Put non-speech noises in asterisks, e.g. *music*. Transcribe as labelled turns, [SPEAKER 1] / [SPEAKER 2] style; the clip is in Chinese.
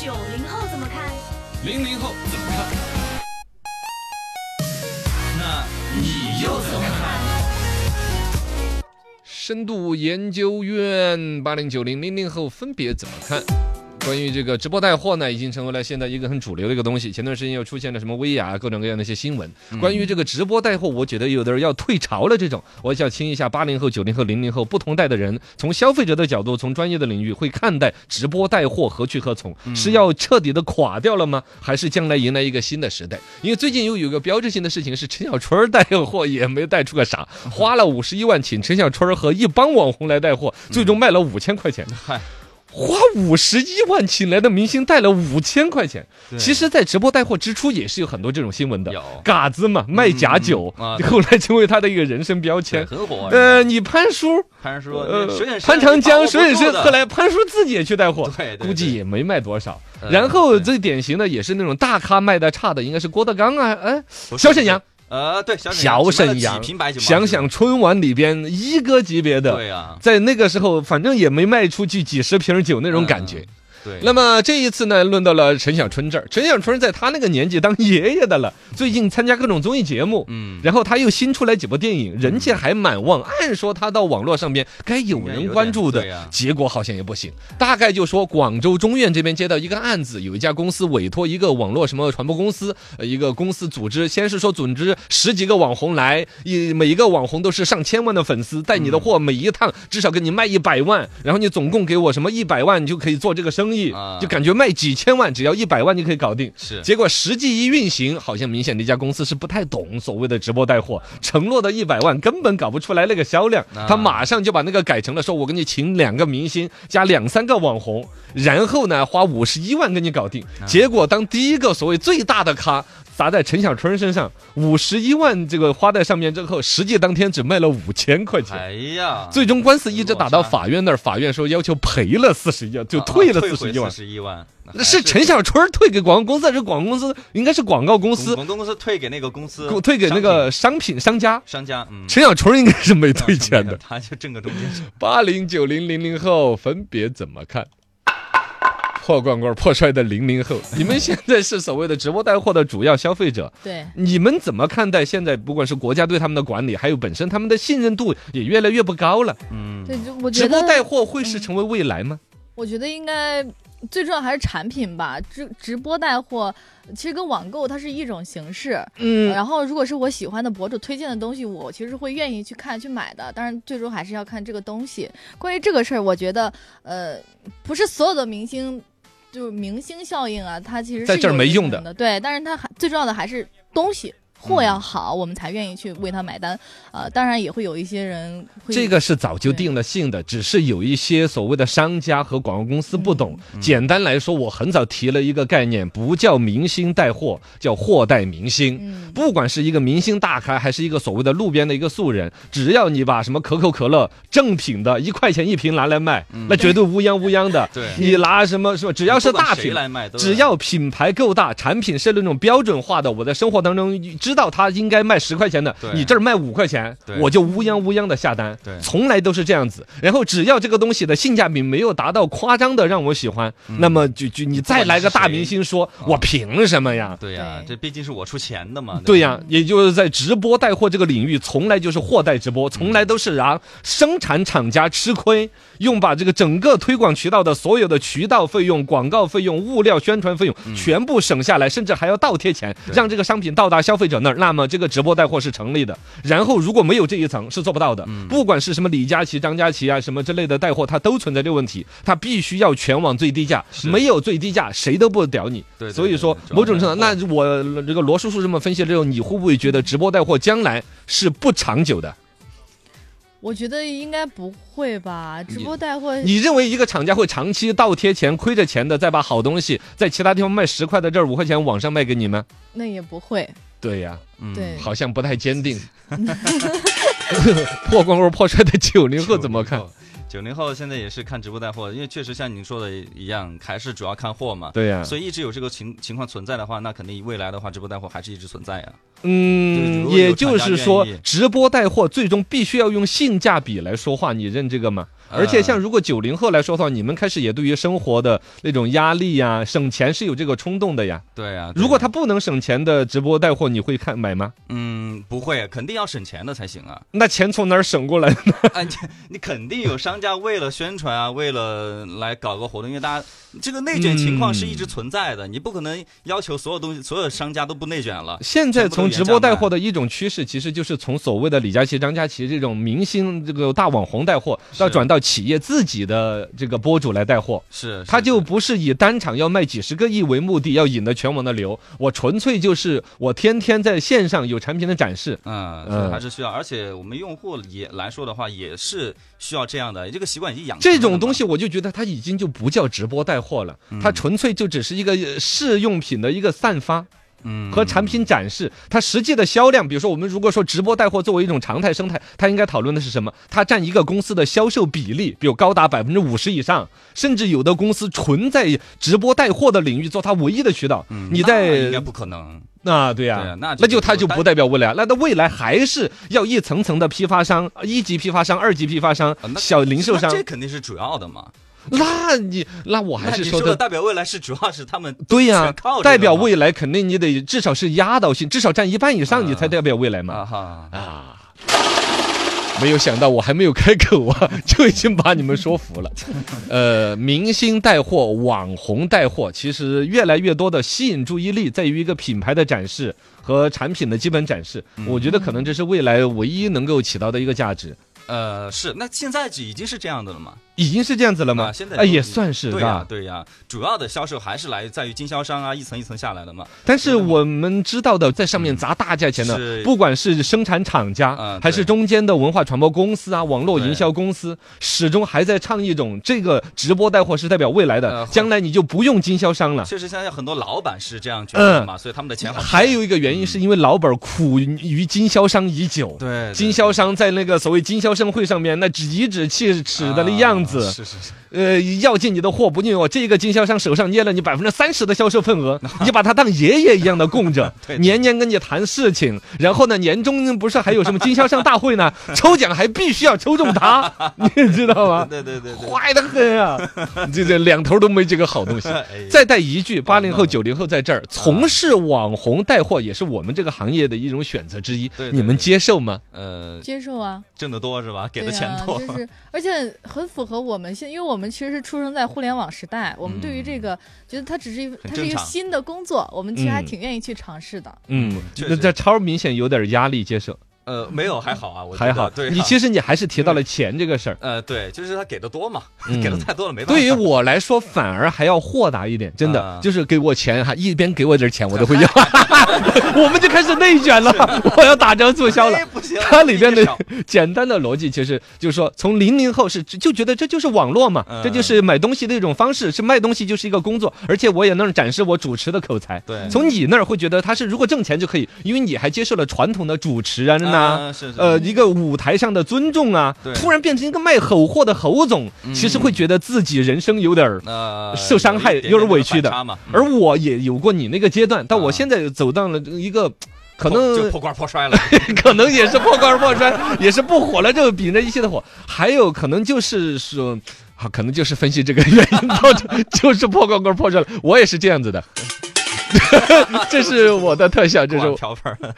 [SPEAKER 1] 九零后怎么看？
[SPEAKER 2] 零零后怎么看？那你又怎么看？
[SPEAKER 3] 深度研究院八零九零零零后分别怎么看？关于这个直播带货呢，已经成为了现在一个很主流的一个东西。前段时间又出现了什么薇娅各种各样的一些新闻，嗯关于这个直播带货，我觉得有的人要退潮了。这种，我想听一下八零后、九零后、零零后不同代的人，从消费者的角度，从专业的领域会看待直播带货何去何从，
[SPEAKER 2] 嗯
[SPEAKER 3] 是要彻底的垮掉了吗？还是将来迎来一个新的时代？因为最近又有一个标志性的事情是陈小春儿带货也没带出
[SPEAKER 2] *laughs*
[SPEAKER 3] 个啥，花了五十一万请陈小春儿和一帮网红来带货，最终卖了五千块钱。
[SPEAKER 2] 嗯嗨，
[SPEAKER 3] 花五十一万请来的明星带了五千块钱。
[SPEAKER 2] 对
[SPEAKER 3] 其实，在直播带货之初也是有很多这种新闻的
[SPEAKER 2] 有，
[SPEAKER 3] 嘎子嘛，卖假酒，
[SPEAKER 2] 嗯啊
[SPEAKER 3] 后来成为他的一个人生标
[SPEAKER 2] 对
[SPEAKER 3] 签。
[SPEAKER 2] 很火。啊
[SPEAKER 3] 呃，你潘叔，
[SPEAKER 2] 潘叔，
[SPEAKER 3] 呃
[SPEAKER 2] 水很，深
[SPEAKER 3] 潘长江，水很
[SPEAKER 2] 是
[SPEAKER 3] 深，后来潘叔自己也去带货，
[SPEAKER 2] 对对对
[SPEAKER 3] 估计也没卖多少。
[SPEAKER 2] 嗯
[SPEAKER 3] 然后
[SPEAKER 2] 对
[SPEAKER 3] 最典型的也是那种大咖卖的差的，应该是郭德纲啊，哎，
[SPEAKER 2] 不是
[SPEAKER 3] 小沈阳，
[SPEAKER 2] 呃，对，小
[SPEAKER 3] 小沈
[SPEAKER 2] 沈
[SPEAKER 3] 阳
[SPEAKER 2] 几瓶白酒，
[SPEAKER 3] 想想，春晚里边一哥级别的，
[SPEAKER 2] 对啊呀，
[SPEAKER 3] 在那个时候，反正也没卖出去几十瓶酒那种感觉。
[SPEAKER 2] 嗯对，
[SPEAKER 3] 那么这一次呢，论到了陈小春这儿。陈小春在他那个年纪当爷爷的了，最近参加各种综艺节目，
[SPEAKER 2] 嗯，
[SPEAKER 3] 然后他又新出来几部电影，人气还蛮旺。按说他到网络上边该有人关注的
[SPEAKER 2] 应该有点对呀，
[SPEAKER 3] 结果好像也不行。大概就说广州中院这边接到一个案子，有一家公司委托一个网络什么传播公司，呃一个公司组织，先是说组织十几个网红来，一每一个网红都是上千万的粉丝，带
[SPEAKER 2] 嗯
[SPEAKER 3] 你的货每一趟至少给你卖一百万，然后你总共给我什么一百万，你就可以做这个生意
[SPEAKER 2] 啊，
[SPEAKER 3] 就感觉卖几千万，只要一百万就可以搞定。
[SPEAKER 2] 是
[SPEAKER 3] 结果实际一运行，好像明显这家公司是不太懂所谓的直播带货，承诺的一百万根本搞不出来那个销量，
[SPEAKER 2] 啊
[SPEAKER 3] 他马上就把那个改成了说，我给你请两个明星加两三个网红，然后呢花五十一万给你搞定。
[SPEAKER 2] 啊
[SPEAKER 3] 结果当第一个所谓最大的咖。砸在陈小春身上，五十一万这个花在上面之后，实际当天只卖了五千块钱。
[SPEAKER 2] 哎呀，
[SPEAKER 3] 最终官司一直打到法院那儿，法院说要求赔了四十一
[SPEAKER 2] 啊
[SPEAKER 3] 万，就退了四十一万。
[SPEAKER 2] 四十一万，
[SPEAKER 3] 那是陈小春儿退给广告公司，还是广告公司应该是广告公司
[SPEAKER 2] 广东公司退给那个公司，
[SPEAKER 3] 公退给那个商品商家。
[SPEAKER 2] 商家，嗯，
[SPEAKER 3] 陈小春儿应该是没退钱的。
[SPEAKER 2] 他就挣个中间商。
[SPEAKER 3] 八零九零零零后分别怎么看？破罐罐破摔的零零后，你们现在是所谓的直播带货的主要消费者，
[SPEAKER 1] 对，
[SPEAKER 3] 你们怎么看待现在不管是国家对他们的管理，还有本身他们的信任度也越来越不高了？
[SPEAKER 2] 嗯，
[SPEAKER 1] 对，就我
[SPEAKER 3] 直
[SPEAKER 1] 觉
[SPEAKER 3] 播带
[SPEAKER 1] 得，
[SPEAKER 3] 货会是成为未来吗？
[SPEAKER 1] 我觉得应该最重要还是产品吧。直直播带货其实跟网购它是一种形式，
[SPEAKER 3] 嗯，
[SPEAKER 1] 然后如果是我喜欢的博主推荐的东西，我其实会愿意去看去买的。当然，最终还是要看这个东西。关于这个事儿，我觉得，呃，不是所有的明星就是明星效应啊，它其实是
[SPEAKER 3] 在这儿
[SPEAKER 1] 有
[SPEAKER 3] 没
[SPEAKER 1] 影
[SPEAKER 3] 用
[SPEAKER 1] 响
[SPEAKER 3] 的嗯
[SPEAKER 1] 的。对，但是它还最重要的还是东西。货要好，我们才愿意去为它买单。呃，当然也会有一些人会
[SPEAKER 3] 这个是早就定了性的，只是有一些所谓的商家和广告公司不懂。简单来说，我很早提了一个概念，不叫明星带货，叫货带明星。
[SPEAKER 1] 嗯
[SPEAKER 3] 不管是一个明星大咖，还是一个所谓的路边的一个素人，只要你把什么可口可乐正品的一块钱一瓶拿来卖，那绝对乌泱乌泱的。
[SPEAKER 2] 对
[SPEAKER 3] 你拿什么是吧？只
[SPEAKER 2] 只
[SPEAKER 3] 要是大品，
[SPEAKER 2] 来卖，都
[SPEAKER 3] 只要品牌够大，产品是那种标准化的，我在生活当中知道它应该卖十块钱的
[SPEAKER 2] 对，
[SPEAKER 3] 你这儿卖五块钱
[SPEAKER 2] 对，
[SPEAKER 3] 我就乌泱乌泱的下单
[SPEAKER 2] 对，
[SPEAKER 3] 从来都是这样子。然后只要这个东西的性价比没有达到夸张的让我喜欢，那么就就你再来个大明星说，
[SPEAKER 2] 嗯啊
[SPEAKER 3] 我凭什么呀？
[SPEAKER 2] 对呀，
[SPEAKER 1] 对
[SPEAKER 2] 这毕竟是我出钱的嘛。
[SPEAKER 3] 对
[SPEAKER 2] 吧
[SPEAKER 3] 呀、也就是在直播带货这个领域，从来就是货代直播，从来都是让生产厂家吃亏，用把这个整个推广渠道的所有的渠道费用、广告费用、物料宣传费用全部省下来，甚至还要倒贴钱，
[SPEAKER 2] 对
[SPEAKER 3] 让这个商品到达消费者那儿。那么这个直播带货是成立的。然后如果没有这一层是做不到的，不管是什么李佳琦、张佳琦啊什么之类的带货，它都存在这个问题，它必须要全网最低价，没有最低价谁都不屌你。
[SPEAKER 2] 对对
[SPEAKER 3] 所以
[SPEAKER 2] 对
[SPEAKER 3] 说
[SPEAKER 2] 主要
[SPEAKER 3] 某种
[SPEAKER 2] 是哦
[SPEAKER 3] 程度，
[SPEAKER 2] 货
[SPEAKER 3] 那我这个罗叔叔这么分析了之后，你会不会觉得直播带货将来是不长久的？
[SPEAKER 1] 我觉得应该不会吧？直播带货
[SPEAKER 3] 你认为一个厂家会长期倒贴钱、亏着钱的，再把好东西在其他地方卖十块的这儿五块钱网上卖给你吗？
[SPEAKER 1] 那也不会，
[SPEAKER 3] 对呀、
[SPEAKER 2] 嗯
[SPEAKER 1] 对
[SPEAKER 3] 好像 *laughs* 不太坚定。破罐罐破摔的九零后怎么看？？
[SPEAKER 2] 九零后现在也是看直播带货，因为确实像你说的一样，还是主要看货嘛。
[SPEAKER 3] 对呀、
[SPEAKER 2] 所以一直有这个情情况存在的话，那肯定未来的话，直播带货还是一直存在啊呀、就是
[SPEAKER 3] 嗯，
[SPEAKER 2] 如果
[SPEAKER 3] 也
[SPEAKER 2] 有
[SPEAKER 3] 就
[SPEAKER 2] 厂家
[SPEAKER 3] 是
[SPEAKER 2] 愿
[SPEAKER 3] 说
[SPEAKER 2] 意，
[SPEAKER 3] 直播带货最终必须要用性价比来说话，你认这个吗？而
[SPEAKER 2] 嗯
[SPEAKER 3] 且
[SPEAKER 2] 呃
[SPEAKER 3] 像如果九零后来说的话，你们开始也对于生活的那种压力呀、省钱是有这个冲动的呀。
[SPEAKER 2] 对呀、对
[SPEAKER 3] 如果他不能省钱的直播带货，你会看买吗？
[SPEAKER 2] 嗯不会，肯定要省钱的才行啊。
[SPEAKER 3] 那钱从哪儿省过来？
[SPEAKER 2] 啊，你你肯定有商家为了宣传啊，为了来搞个活动，因为大家这个内卷情况是一直
[SPEAKER 3] 嗯
[SPEAKER 2] 存在的，你不可能要求所有东西、所有商家都不内卷了。
[SPEAKER 3] *laughs* 现在从直播带货的一种趋势，其实就是从所谓的李佳琦、张佳琪这种明星、这个大网红带货，到
[SPEAKER 2] 是
[SPEAKER 3] 转到企业自己的这个播主来带货。
[SPEAKER 2] 是，
[SPEAKER 3] 他
[SPEAKER 2] 是
[SPEAKER 3] 就是不是以单场要卖几十个亿为目的，要引得全网的流。我纯粹就是我天天在线上有产品的展示。
[SPEAKER 2] 嗯，
[SPEAKER 3] 嗯
[SPEAKER 2] 是还是需要，而且我们用户也来说的话，也是需要这样的，这个习惯已经养成了
[SPEAKER 3] 这
[SPEAKER 2] 嘛
[SPEAKER 3] 种东西，我就觉得它已经就不叫直播带货了，它纯粹就只是一个呃试用品的一个散发
[SPEAKER 2] 嗯
[SPEAKER 3] 和产品展示。它实际的销量，比如说我们如果说直播带货作为一种常态生态，它应该讨论的是什么？它占一个公司的销售比例，比如高达百分之五十以上，甚至有的公司纯在直播带货的领域做它唯一的渠道。
[SPEAKER 2] 嗯
[SPEAKER 3] 你
[SPEAKER 2] 那
[SPEAKER 3] 在
[SPEAKER 2] 应该不可能，
[SPEAKER 3] 那对呀、
[SPEAKER 2] 对啊那就
[SPEAKER 3] 那就它就
[SPEAKER 2] 就
[SPEAKER 3] 不代表未来，那它未来还是要一层层的批发商，一级批发商、二级批发商
[SPEAKER 2] 啊、那
[SPEAKER 3] 小零售商
[SPEAKER 2] 那。这肯定是主要的嘛。
[SPEAKER 3] *laughs* 那你那我还
[SPEAKER 2] 那
[SPEAKER 3] 是
[SPEAKER 2] 你
[SPEAKER 3] 说
[SPEAKER 2] 的
[SPEAKER 3] 的。
[SPEAKER 2] 代表未来是主要是他们
[SPEAKER 3] 对呀、
[SPEAKER 2] 全靠这个
[SPEAKER 3] 代表
[SPEAKER 2] 嘛
[SPEAKER 3] 未来肯定你得至少是压倒性，至少占一半以上，你才代表未来嘛。
[SPEAKER 2] 啊哈，
[SPEAKER 3] 啊，没有想到我还没有开口啊，就已经把你们说
[SPEAKER 2] *laughs*
[SPEAKER 3] 服了。呃，明星带货、网红带货，其实越来越多的吸引注意力在于一个品牌的展示和产品的基本展示。
[SPEAKER 2] 嗯
[SPEAKER 3] 我觉得可能这是未来唯一能够起到的一个价值。
[SPEAKER 2] 呃，是，那现在已经是这样的了嘛？
[SPEAKER 3] 已经是这样子了吗？
[SPEAKER 2] 啊现在都
[SPEAKER 3] 哎也
[SPEAKER 2] 已
[SPEAKER 3] 算是
[SPEAKER 2] 对呀、啊
[SPEAKER 3] 吧。
[SPEAKER 2] 对呀、主要的销售还是来在于经销商啊，一层一层下来的嘛。
[SPEAKER 3] 但是我们知道的，在上面砸大价钱的，
[SPEAKER 2] 是
[SPEAKER 3] 不管是生产厂家
[SPEAKER 2] 嗯，
[SPEAKER 3] 还是
[SPEAKER 2] 对
[SPEAKER 3] 中间的文化传播公司啊、网络营
[SPEAKER 2] 对
[SPEAKER 3] 销公司，始终还在唱一种这个直播带货是代表未来的
[SPEAKER 2] 呃，
[SPEAKER 3] 将来你就不用经销商了。
[SPEAKER 2] 确实，现在很多老板是这样觉得的嘛，所以他们的钱好赚。
[SPEAKER 3] 嗯还有一个原因是因为老板苦于经销商已久。
[SPEAKER 2] 对对
[SPEAKER 3] 经销商在那个所谓经销商会上面，那颐指气使的那样
[SPEAKER 2] 啊
[SPEAKER 3] 子，
[SPEAKER 2] 是是是，
[SPEAKER 3] 呃，要进你的货不进我，这个经销商手上捏了你百分之三十的销售份
[SPEAKER 2] *laughs*，
[SPEAKER 3] 额，你就把他当爷爷一样的供着
[SPEAKER 2] 对对
[SPEAKER 3] 年年跟你谈事情，然后呢，年终不是还有什么经销商大会呢？ *laughs* 抽奖还必须要抽中他， *laughs* 你知道吗？
[SPEAKER 2] *laughs* 对对对对。
[SPEAKER 3] 坏的
[SPEAKER 2] *laughs*
[SPEAKER 3] 很啊，这这两头都没这个好东西。
[SPEAKER 2] 哎
[SPEAKER 3] 再带一句，八零后、
[SPEAKER 2] 嗯
[SPEAKER 3] 九零后在这儿从事网红带货，也是我们这个行业的一种选择之一
[SPEAKER 2] 对。对
[SPEAKER 3] 你们
[SPEAKER 2] 对
[SPEAKER 3] 接受吗？
[SPEAKER 2] 呃，
[SPEAKER 1] 接受啊，
[SPEAKER 2] 挣得多是吧？给的
[SPEAKER 1] 对
[SPEAKER 2] 钱
[SPEAKER 1] 啊
[SPEAKER 2] 多。
[SPEAKER 1] 就是而且很符合我们现，因为我们其实是出生在互联网时代，我们对于这个、觉得它只是一它是
[SPEAKER 2] 嗯正
[SPEAKER 1] 一个
[SPEAKER 2] 常
[SPEAKER 1] 新的工作，我们其实还
[SPEAKER 3] 嗯
[SPEAKER 1] 挺愿意去尝试的。
[SPEAKER 3] 嗯，
[SPEAKER 2] 确
[SPEAKER 3] 那
[SPEAKER 2] 实
[SPEAKER 3] 这超明显有点压力，接受
[SPEAKER 2] 呃，没有，还好啊，我觉得
[SPEAKER 3] 还好。
[SPEAKER 2] 对啊，
[SPEAKER 3] 你其实你还是提到了钱这个事儿。
[SPEAKER 2] 呃，对，就是他给的多嘛，
[SPEAKER 3] 嗯
[SPEAKER 2] 给的太多了没办法。
[SPEAKER 3] 对于我来说，反而还要豁达一点，真的
[SPEAKER 2] 啊，
[SPEAKER 3] 就是给我钱，还一边给我点钱，我都会要。 *laughs* 我们就开始内卷了， *laughs* 我要打折促销了
[SPEAKER 2] 哎。不
[SPEAKER 3] *laughs*
[SPEAKER 2] 行，
[SPEAKER 3] 它里边
[SPEAKER 2] 一
[SPEAKER 3] 的
[SPEAKER 2] 个少
[SPEAKER 3] 简单的逻辑其实就是说，从零零后是就觉得这就是网络嘛，
[SPEAKER 2] 嗯
[SPEAKER 3] 这就是买东西的一种方式，是卖东西就是一个工作，而且我也能展示我主持的口才。
[SPEAKER 2] 对，
[SPEAKER 3] 从你那儿会觉得他是如果挣钱就可以，因为你还接受了传统的主持人呐、
[SPEAKER 2] 啊是是
[SPEAKER 3] 呃，一个舞台上的尊重啊
[SPEAKER 2] 对，嗯
[SPEAKER 3] 突然变成一个卖吼货的侯总，其实会觉得自己人生有点儿。
[SPEAKER 2] 呃
[SPEAKER 3] 受伤害
[SPEAKER 2] 有一点
[SPEAKER 3] 有点
[SPEAKER 2] 点
[SPEAKER 3] 委屈的
[SPEAKER 2] 反差嘛，嗯
[SPEAKER 3] 而我也有过你那个阶段，但我
[SPEAKER 2] 啊
[SPEAKER 3] 现在走到了一个。可
[SPEAKER 2] 就
[SPEAKER 3] 能
[SPEAKER 2] 破罐破
[SPEAKER 3] *laughs*
[SPEAKER 2] 摔了。
[SPEAKER 3] 可能也是破罐破摔， *laughs* 也是不火了，就比那一切的火。还有可能就是说，啊，可能就是分析这个原因 *laughs* 导致就是破罐破摔了。我 *laughs* 也是这样子的，这是我的特效，这是我
[SPEAKER 2] 瓢盆儿。